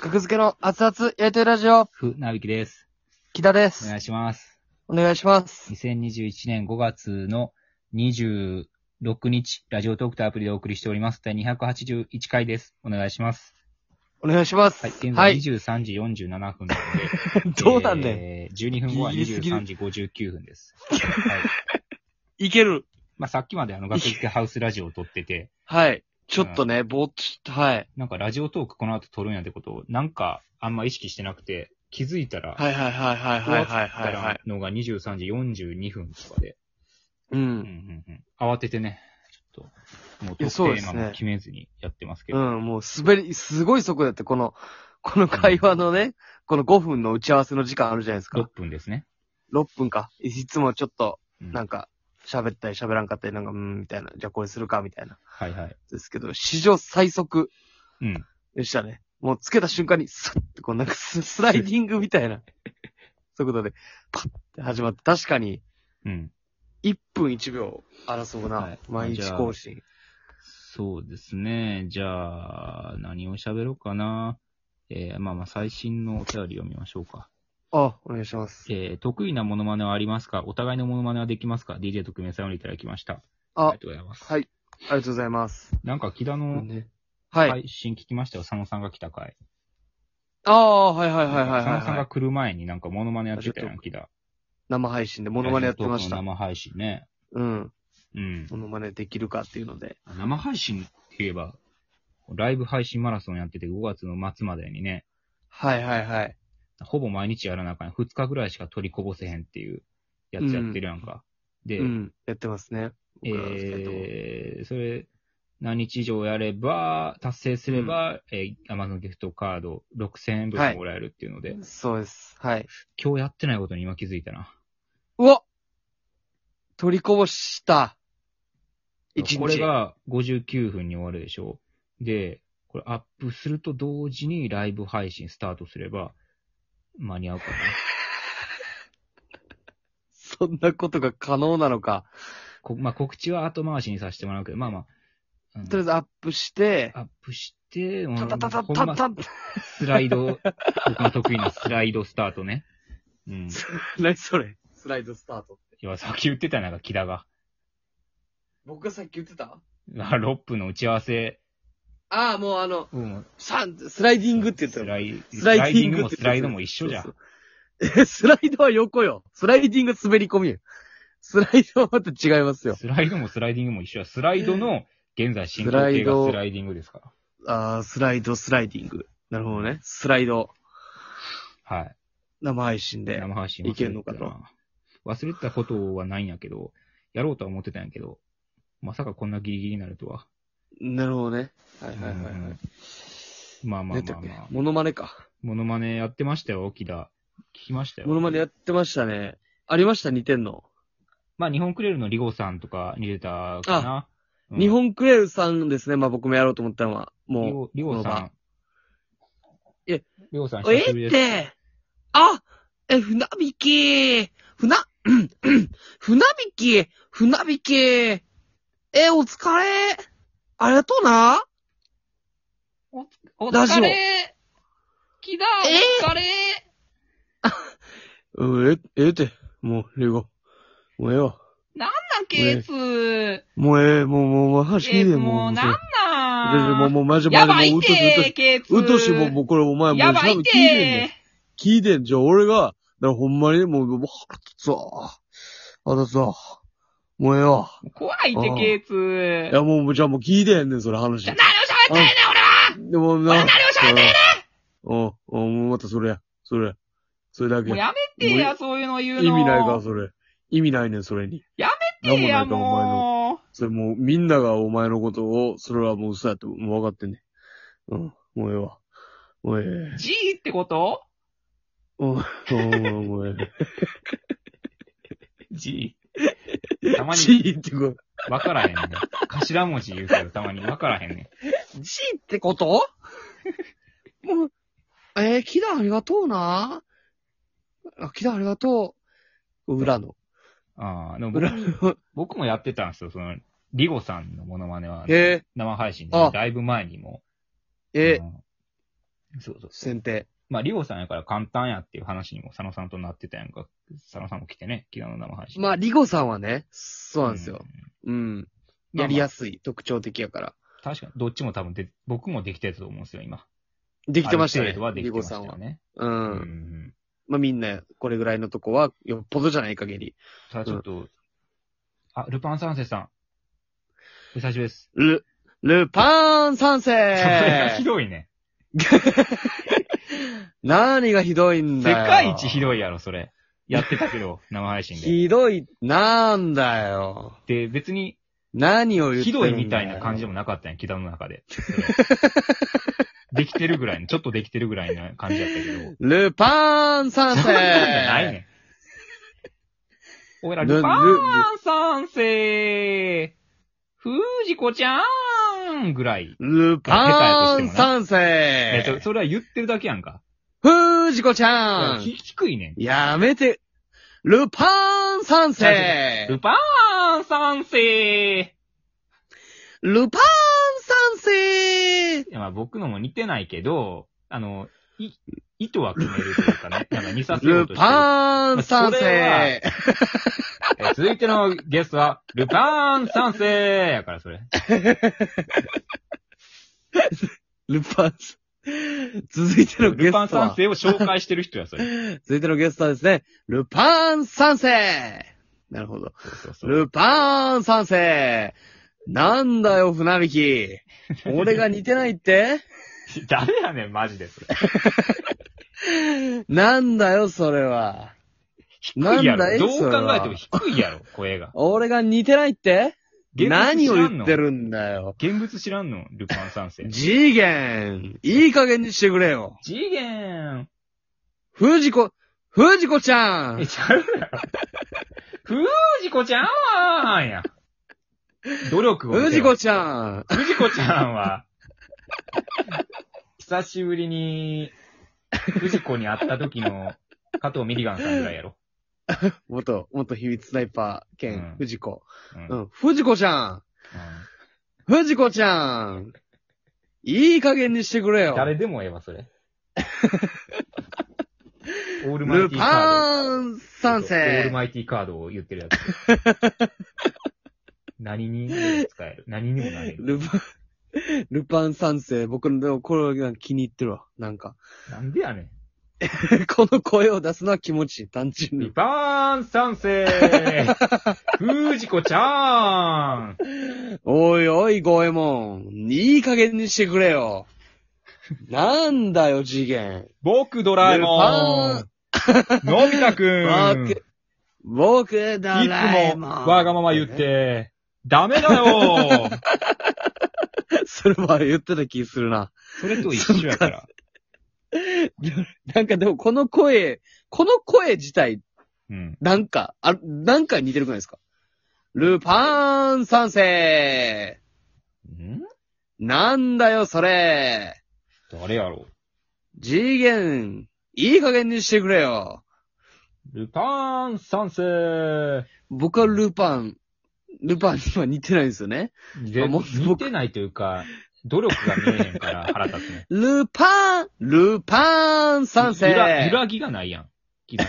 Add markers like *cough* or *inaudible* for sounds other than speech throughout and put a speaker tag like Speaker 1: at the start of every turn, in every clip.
Speaker 1: 格付けの熱々やりとりラジオ、
Speaker 2: ふ、なびきです。
Speaker 1: 木田で
Speaker 2: お
Speaker 1: す
Speaker 2: 願。いします。
Speaker 1: お願いします。
Speaker 2: 2021年5月の26日、ラジオトークとアプリでお送りしております。第281回です。お願いします。
Speaker 1: お願いします。
Speaker 2: はい、現
Speaker 1: は
Speaker 2: 在
Speaker 1: い。
Speaker 2: 23時47分なので、
Speaker 1: *laughs* どうなんね
Speaker 2: えー ?12 分後は
Speaker 1: ギリギリすぎる
Speaker 2: 23時59分です。はい。
Speaker 1: ん。いける。
Speaker 2: まあ、さっき
Speaker 1: *laughs*
Speaker 2: まであの、学付けハウスラジオを撮ってて、
Speaker 1: はい。ちょっとね、ぼーっとして、はい。
Speaker 2: なんかラジオトークこの後撮るんやってことを、なんかあんま意識してなくて、気づいたら、
Speaker 1: はいはいはいはいはいはいはい
Speaker 2: 終わ
Speaker 1: は
Speaker 2: っ
Speaker 1: い。
Speaker 2: たのが23時42分とかで、
Speaker 1: う
Speaker 2: うん
Speaker 1: ん。
Speaker 2: うんうん。慌ててね、ちょっと、もう
Speaker 1: い
Speaker 2: 特
Speaker 1: やそうで
Speaker 2: テ
Speaker 1: す
Speaker 2: ー
Speaker 1: ね
Speaker 2: マも決めずにやってますけ
Speaker 1: う
Speaker 2: ど。
Speaker 1: ん、もう滑り、すごい速度やって、この、この会話のね、この5分の打ち合わせの時間あるじゃないです
Speaker 2: 6
Speaker 1: か。
Speaker 2: 分ですね。
Speaker 1: 6分か。いつもちょっと、
Speaker 2: うん
Speaker 1: なんか、喋ったり喋らんかったり、なんか、うん、みたいな。じゃあこれするか、みたいな。
Speaker 2: はいはい。
Speaker 1: ですけど、史上最速。
Speaker 2: うん。
Speaker 1: でしたね。もうつけた瞬間に、スッて、こうなんかススライディングみたい
Speaker 2: *laughs*
Speaker 1: な、速度で、パッて始まって、確かに、
Speaker 2: うん。
Speaker 1: 1分1秒争うな、
Speaker 2: はい
Speaker 1: 毎日更新。
Speaker 2: そうですね。じゃあ、何を喋ろうかな。えー、まあまあ、最新のお便り読みましょうか。
Speaker 1: あ、お願いします。
Speaker 2: えー、得意なモノマネはありますかお互いのモノマネはできますか ?DJ 特命さんよりいただきました。あり
Speaker 1: あ
Speaker 2: が、とうございます。
Speaker 1: はい。ありがとうございます。
Speaker 2: なんか、木田の
Speaker 1: ね、はい。
Speaker 2: 配信聞きましたよ。佐野さんが来た回。
Speaker 1: ああ、はいはいはいはい
Speaker 2: 佐野さ
Speaker 1: は
Speaker 2: ん
Speaker 1: い、は
Speaker 2: が
Speaker 1: い。
Speaker 2: 来る前になんかモノマネやってたや
Speaker 1: ラジ
Speaker 2: ん、木田。
Speaker 1: 生配信でモノマネやってました
Speaker 2: ラジオトーク。の生配信ね。
Speaker 1: うん。
Speaker 2: うん。
Speaker 1: モノマネできるかっていうので。
Speaker 2: 生配信って言えば、ライブ配信マラソンやってて5月の末までにね、
Speaker 1: はいはいはい。
Speaker 2: ほぼ毎日やらなあかん。2日ぐらいしか取りこぼせへんっていうやつやってるやんか。で、
Speaker 1: うん。やってますね。僕らの二人とも
Speaker 2: えー、それ、何日以上やれば、達成すれば、えー、Amazon ギフトカード6000円分もらえるっていうので、
Speaker 1: そうです。はい。
Speaker 2: 今日やってないことに今気づいたな。
Speaker 1: うわ取りこぼした。一日。
Speaker 2: これが59分に終わるでしょう。で、これアップすると同時にライブ配信スタートすれば、間に合うかな。
Speaker 1: そんなことが可能なのか。
Speaker 2: こまあ、告知は後回しにさせてもらうけど、まあまあ、うん
Speaker 1: とりあえずアップして、
Speaker 2: アップして、うん
Speaker 1: タタタタ
Speaker 2: ほん
Speaker 1: タ
Speaker 2: ま
Speaker 1: タ
Speaker 2: スライド、僕の得意なスライドスタートね。うん。い
Speaker 1: 何それスライドスタートって。
Speaker 2: や、さっき言ってたなんか、木田が。
Speaker 1: 僕がさっき言ってた
Speaker 2: あ6分の打ち合わせ、
Speaker 1: ああ、もうあの、
Speaker 2: うん、
Speaker 1: サン、スライディングって言って
Speaker 2: ス
Speaker 1: た
Speaker 2: ラ
Speaker 1: よ。
Speaker 2: イ
Speaker 1: スライディング
Speaker 2: スライディングも
Speaker 1: って言ってた
Speaker 2: スライドも一緒じゃ。
Speaker 1: そうんそうえ、スライドは横よ。スライディング滑り込みよ。スライドはまた違いますよ。
Speaker 2: スライドもスライディングも一緒や。スライドの、現在進行
Speaker 1: スラ
Speaker 2: 形
Speaker 1: イ
Speaker 2: が
Speaker 1: ド
Speaker 2: スライディングですから。
Speaker 1: ああ、スライド、スライディング。なるほどね。スライド、
Speaker 2: はい。
Speaker 1: 生配信で。
Speaker 2: 生配信
Speaker 1: いけんのかと
Speaker 2: 忘れてたことはないんやけど、やろうとは思ってたんやけど、まさかこんなギリギリになるとは。
Speaker 1: なるほどね。はいはいはい
Speaker 2: うん
Speaker 1: は
Speaker 2: う
Speaker 1: い
Speaker 2: ん。まあまあ
Speaker 1: 出て
Speaker 2: まあ
Speaker 1: く
Speaker 2: ま
Speaker 1: れ
Speaker 2: あ。
Speaker 1: モノマネか。
Speaker 2: モノマネやってましたよ、沖田。聞きましたよ。
Speaker 1: モノマネやってましたね。ありました似てんの。
Speaker 2: まあ、日本クレールのリゴさんとかに出たかな。うん
Speaker 1: 日本クレールさんですね。まあ僕もやろうと思ったのは。
Speaker 2: リ
Speaker 1: も
Speaker 2: ゴ、リゴ
Speaker 1: この
Speaker 2: さ
Speaker 1: 場
Speaker 2: ん。
Speaker 1: え、
Speaker 2: リゴさん
Speaker 1: う。
Speaker 2: 久
Speaker 1: え
Speaker 2: しぶり
Speaker 1: っ
Speaker 2: です。
Speaker 1: て、あえ、船引き船、船引き船引きえ、お疲れありがとうな
Speaker 2: お
Speaker 1: ラジオ
Speaker 2: れ木田
Speaker 1: え
Speaker 2: お疲れ
Speaker 1: うん、え、ええって。もう、レゴ。もうええわ。
Speaker 2: なんだス
Speaker 1: もうええ、もう、もう、もう、話聞いて、もう。もう
Speaker 2: な
Speaker 1: もう、もう、マジマジ、もう、うっとし、うっとし。
Speaker 2: ケイ
Speaker 1: うっとし、もう、もう、これ、お前、もう、喋聞いてんねん。聞いてん、じゃあ俺が、だからほんまにもう、もう腹立つわ。腹立つわ。もうええわ。
Speaker 2: 怖い
Speaker 1: ってケ
Speaker 2: イツ
Speaker 1: いやもう、じゃあもう聞いてへんねん、それ話。
Speaker 2: 何を喋ってんねん、俺は
Speaker 1: でもな、
Speaker 2: 俺何を喋ってんね
Speaker 1: うん、うん、もうまたそれや。それ。それだ
Speaker 2: ん
Speaker 1: け。
Speaker 2: もう
Speaker 1: 意
Speaker 2: やめてや、そういうの言うの。
Speaker 1: 味ないから、それ。意味ないねん、それに。
Speaker 2: や
Speaker 1: め
Speaker 2: いや、
Speaker 1: なんもないから、お前の。
Speaker 2: も
Speaker 1: それもう、みんながお前のことを、それはもう嘘やって、もう分かってんねん。うん、もうええわ。もうええ
Speaker 2: う。。G ってこと
Speaker 1: うん、もう
Speaker 2: *laughs*
Speaker 1: ええ。
Speaker 2: ?G。たま
Speaker 1: ち
Speaker 2: に、
Speaker 1: ーってこ
Speaker 2: わからへんね。頭文字言うけど、たまにわからへんね。
Speaker 1: と。ちーってこと *laughs* もう、えー、キダありがとうな。あ、キダありがとう。裏の。
Speaker 2: ああ、でも
Speaker 1: 裏
Speaker 2: 僕
Speaker 1: の。
Speaker 2: 僕もやってたんですよ、その、リゴさんのモノマネは、
Speaker 1: へ
Speaker 2: 生配信
Speaker 1: あ
Speaker 2: で、だいぶ前にも。
Speaker 1: え、え
Speaker 2: うんそうそう。
Speaker 1: 先手。
Speaker 2: まあ、リオさんやから簡単やっていう話にも佐野さんとなってたやんか。佐野さんも来てね、昨日の生配信。
Speaker 1: まあ、
Speaker 2: リ
Speaker 1: リゴさんはね、そうなんですよ。。うん。やりやすい、特徴的やから。
Speaker 2: 確かに、どっちも多分で、僕もできたやつと思うんですよ、今。
Speaker 1: できてました
Speaker 2: ある
Speaker 1: ね
Speaker 2: 程度は。で
Speaker 1: リ
Speaker 2: きて
Speaker 1: ゴ
Speaker 2: まし
Speaker 1: さ
Speaker 2: た
Speaker 1: ん
Speaker 2: よ
Speaker 1: は。
Speaker 2: ね。
Speaker 1: う。
Speaker 2: うんうんん。
Speaker 1: まあみんな、これぐらいのとこは、よっぽどじゃない限り。
Speaker 2: ただちょっと、あ、ルパン三世さん。お久しぶりです。
Speaker 1: ル、ルパン三
Speaker 2: それが
Speaker 1: 世
Speaker 2: *laughs* ひどいね。
Speaker 1: 何がひどいん
Speaker 2: 世
Speaker 1: だよ。
Speaker 2: 界一ひどいやろ、それ。やってたけど、 *laughs* 生配信で。
Speaker 1: ひどい、なんだよ。
Speaker 2: で、別に、
Speaker 1: 何を言って
Speaker 2: ひ
Speaker 1: るんだ
Speaker 2: ど
Speaker 1: よ
Speaker 2: いみたいな感じでもなかったんや、木田の
Speaker 1: *laughs*
Speaker 2: 中で。それできてるぐらいの、ちょっとできてるぐらいな感じやったけど。
Speaker 1: ルパン三世
Speaker 2: そんなん *laughs* じゃないねん。おいら、
Speaker 1: ル
Speaker 2: ルパン三世藤子ちゃんぐらい。
Speaker 1: ルパン三
Speaker 2: えっと、
Speaker 1: 世
Speaker 2: それは言ってるだけやんか。
Speaker 1: 藤子ちゃん
Speaker 2: ひ低いねん。
Speaker 1: やめてルパン三世
Speaker 2: ルパン三世い
Speaker 1: ルパン三世
Speaker 2: やまあ僕のも似てないけど、あの、い、意図は決めるという
Speaker 1: *laughs*
Speaker 2: かね。なんか似させよ
Speaker 1: ル
Speaker 2: うとしてる。
Speaker 1: パン三
Speaker 2: それ
Speaker 1: 世
Speaker 2: えー続いてのゲストは、ルパン三世やから、そ
Speaker 1: *laughs*
Speaker 2: れ。
Speaker 1: ルパン三、続いてのゲ
Speaker 2: ルパン
Speaker 1: スト
Speaker 2: 三
Speaker 1: は、
Speaker 2: 世を紹介してる人や、それ。
Speaker 1: 続いてのゲストはですね、ルパン三世なるほど。
Speaker 2: そうそうそう。
Speaker 1: ルパン三世なんだよ、船引き。俺が似てないって
Speaker 2: 誰やねん、マジで、それ。
Speaker 1: なんだよ、それは。
Speaker 2: 低い
Speaker 1: なんだ
Speaker 2: やろ。
Speaker 1: い
Speaker 2: どう
Speaker 1: それは
Speaker 2: 考えても低いやろ、声が。
Speaker 1: 俺が似てないって何を言って
Speaker 2: る
Speaker 1: るんだよ。
Speaker 2: 現物知らんのルパン三世。
Speaker 1: 次元、いい加減にしてくれよ。
Speaker 2: 次元
Speaker 1: 藤子、藤子ちゃ
Speaker 2: え、
Speaker 1: ん
Speaker 2: ちゃうやろ。藤子ちゃんはや。努力を。
Speaker 1: 藤子ちゃん
Speaker 2: 藤子ちゃんは、久しぶりに、藤子に会った時の加藤ミリガンさんぐらいやろ。
Speaker 1: 元、元秘密スナイパー
Speaker 2: うん
Speaker 1: 兼藤子。
Speaker 2: うん。
Speaker 1: う
Speaker 2: うん
Speaker 1: ん、藤子ちゃん藤子ちゃんいい加減にしてくれよ。
Speaker 2: 誰でもええわ、
Speaker 1: *laughs*
Speaker 2: それ。オールマイ
Speaker 1: ル
Speaker 2: ティーカー
Speaker 1: パン
Speaker 2: ド。
Speaker 1: 三
Speaker 2: オール
Speaker 1: 世
Speaker 2: マイティーカードを言ってるや
Speaker 1: *laughs*
Speaker 2: つ。何にも使える。何にもなれる。
Speaker 1: ルパン、ルパン *laughs* 三世、僕の、でもこれが気に入ってるわ。なんか。 *laughs*
Speaker 2: なんでやね
Speaker 1: この声を出すのは気持ちいい、単純
Speaker 2: ん。ル *laughs*
Speaker 1: に。
Speaker 2: パン三 *laughs* 世藤子ちゃん
Speaker 1: おいおい、ゴエモン。いい加減にしてくれよ。なんだよ、次元。
Speaker 2: 僕ドラえもんのび太くんい
Speaker 1: 僕、僕、
Speaker 2: つ
Speaker 1: だらえ
Speaker 2: も
Speaker 1: もん。
Speaker 2: わがまま言っ。て、ダメだよ
Speaker 1: *laughs* それは言ってた気するな。
Speaker 2: *laughs* それと一緒やから。
Speaker 1: なんかでもこの声、この声自体、
Speaker 2: うん。
Speaker 1: なんか、あ、なんか似てるくないですかルパン三世
Speaker 2: ん
Speaker 1: なんだよ、それ
Speaker 2: 誰やろ
Speaker 1: 次元、いい加減にしてくれよ。
Speaker 2: うルパン三世
Speaker 1: 僕はルパン、ルパンには似てないんですよね。
Speaker 2: で、
Speaker 1: あもう
Speaker 2: 似てないというか、努力が見えへんから腹立つね。
Speaker 1: ルパン、ルパン三世
Speaker 2: 揺ら揺らぎがないやん。刻みが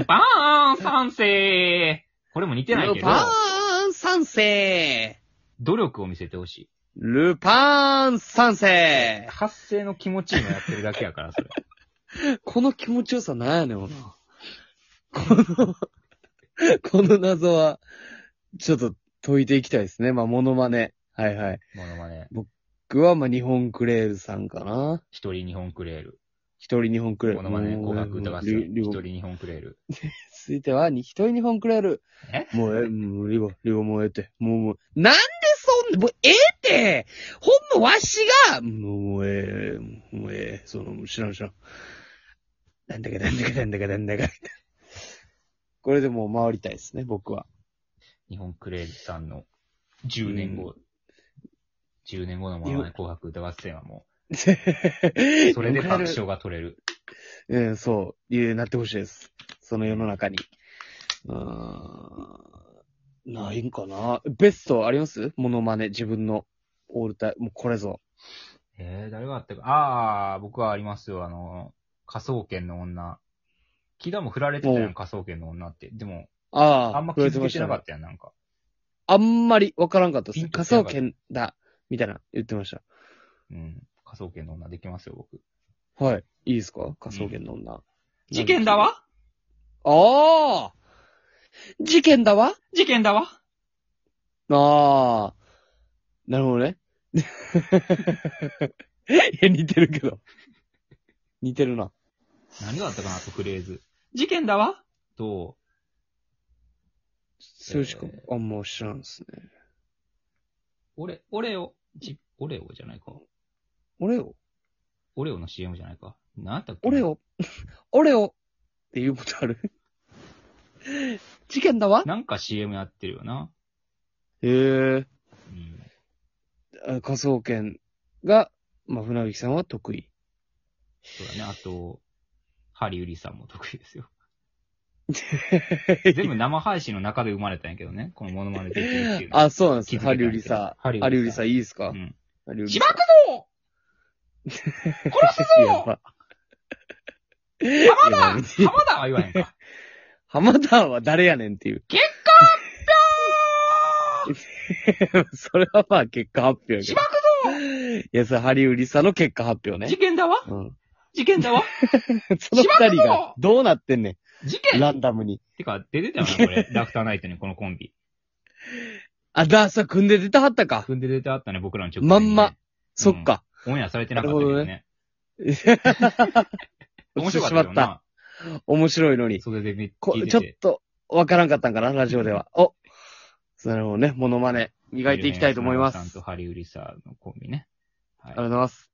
Speaker 2: ルパ *laughs* ーン三世これも似てないけ
Speaker 1: ル
Speaker 2: ど、
Speaker 1: パン三世
Speaker 2: 努力を見せてほし
Speaker 1: ルパン三
Speaker 2: い。
Speaker 1: 世
Speaker 2: 発声の気持ちいいのやってるだけやか
Speaker 1: *laughs*
Speaker 2: ら、それ。
Speaker 1: この気持ちよさなんやねん、俺この、 *laughs* この謎は、ちょっと解いていきたいですね。まあ、モノマネ。はいはい。
Speaker 2: モノマネ。
Speaker 1: 僕は、まあ、日本クレールさんかな。
Speaker 2: 一人日本クレール。
Speaker 1: 一人日本クレール。
Speaker 2: モノマネ、
Speaker 1: も
Speaker 2: 紅
Speaker 1: う
Speaker 2: 白歌合
Speaker 1: り
Speaker 2: 戦。
Speaker 1: り
Speaker 2: 一人日本クレール。
Speaker 1: 続いては、に一人日本くれる。
Speaker 2: え
Speaker 1: もうええ、もう、リゴ、リゴもうええって。もう、もう、なんでそんな、もうええってほんまわしがもう、もうええ、もうええ、その、知らん知らん。なんだかなんだかなんだかなんだか。これでもう回りたいですね、僕は。
Speaker 2: 日本クレールさんの10年後。10年後のモノマネ、紅白歌合戦はも
Speaker 1: それ
Speaker 2: う、 *laughs* それで爆笑が取れる。
Speaker 1: うん、そう、いう、なってほしいです。その世の中に。うーん、ないんかなベストありますモノマネ、自分の、オールタイム、もうこれぞ。
Speaker 2: えー、誰があったか。ああ、僕はありますよ。あの、科捜研の女。木田も振られてたや、
Speaker 1: おうん
Speaker 2: 科捜研の女って。でも、
Speaker 1: ああ。
Speaker 2: あんま気づけてなか
Speaker 1: た。
Speaker 2: ったやん、なんか。
Speaker 1: あんまりわからんかったで
Speaker 2: ピ
Speaker 1: す。
Speaker 2: ンと
Speaker 1: 科
Speaker 2: きて
Speaker 1: 捜
Speaker 2: なかった
Speaker 1: 研だ。みたいな言ってまし
Speaker 2: うん。科捜研の女できますよ、僕。
Speaker 1: た。はい。いいですか科捜研の女。
Speaker 2: 事件だわ
Speaker 1: ああ事件だわ
Speaker 2: 事件だわ
Speaker 1: ああ。なるほどね。 *laughs* いや、似てるけど。似てるな。
Speaker 2: 何があったかな、とフレーズ。事件だわと、
Speaker 1: それしか、あんま知らんですね。
Speaker 2: 俺、オレオ、じ、オレオじゃないか。
Speaker 1: 俺を
Speaker 2: オレオの CM じゃないか。何やったっけ
Speaker 1: 俺を *laughs* 俺をっていうことある事件だわ
Speaker 2: なんか CM やってるよな。
Speaker 1: へ
Speaker 2: うん。
Speaker 1: え。科捜研が、まあ、船引さんは得意。
Speaker 2: そうだね。あと、ハリウリさんも得
Speaker 1: *laughs*
Speaker 2: 意ですよ。全
Speaker 1: 全
Speaker 2: 部生配信の中で生まれたんやけどね。このモノマネできるっていうのは。
Speaker 1: あ、そうなんです
Speaker 2: 気
Speaker 1: ね。
Speaker 2: づけた
Speaker 1: ハ
Speaker 2: ん
Speaker 1: リ
Speaker 2: や
Speaker 1: ウ
Speaker 2: け
Speaker 1: リ
Speaker 2: ど
Speaker 1: サ。
Speaker 2: ハリ
Speaker 1: ハリウ
Speaker 2: ウ
Speaker 1: リ
Speaker 2: リさ
Speaker 1: サ
Speaker 2: ん。
Speaker 1: いいですか、
Speaker 2: うん。
Speaker 1: ハリウリ
Speaker 2: 被
Speaker 1: サ。
Speaker 2: 爆の
Speaker 1: 殺すぞやば。
Speaker 2: 浜
Speaker 1: いや
Speaker 2: 田浜田は言わへんか。
Speaker 1: 浜田は誰やねんっていう。
Speaker 2: 結
Speaker 1: 果 *laughs* それはまあ結果発表やけ
Speaker 2: 被
Speaker 1: ど。
Speaker 2: 爆
Speaker 1: いや、それハリウリサの結果発表
Speaker 2: の
Speaker 1: ね
Speaker 2: 事。件だわ
Speaker 1: うん、 *laughs*
Speaker 2: 事件だわ
Speaker 1: その二人
Speaker 2: 被爆
Speaker 1: が
Speaker 2: の
Speaker 1: どうなってんね
Speaker 2: 事
Speaker 1: ん。
Speaker 2: 件
Speaker 1: ランダムに。
Speaker 2: てか、出てたよな、こ
Speaker 1: *laughs*
Speaker 2: れ。ラフターナイトにこのコンビ。
Speaker 1: あ、だ、そう、組んで出たはったか。
Speaker 2: 踏んで出てあったね、僕らの直
Speaker 1: まんま。そっか。
Speaker 2: オンエアされてなかったけ
Speaker 1: な
Speaker 2: ど
Speaker 1: るほど
Speaker 2: ね。面白かっ
Speaker 1: *laughs*
Speaker 2: た
Speaker 1: しま
Speaker 2: よ
Speaker 1: った。
Speaker 2: な。
Speaker 1: 面白いのに。
Speaker 2: それで見
Speaker 1: こ
Speaker 2: 聞い
Speaker 1: ちょ
Speaker 2: て。
Speaker 1: ってと、わからんかったんかな、ラジオでは。お。なるほどね。モノマネ、磨いていきたいと思います。あ
Speaker 2: さんとハリウリサーのコンビね。はい
Speaker 1: りがとうございます。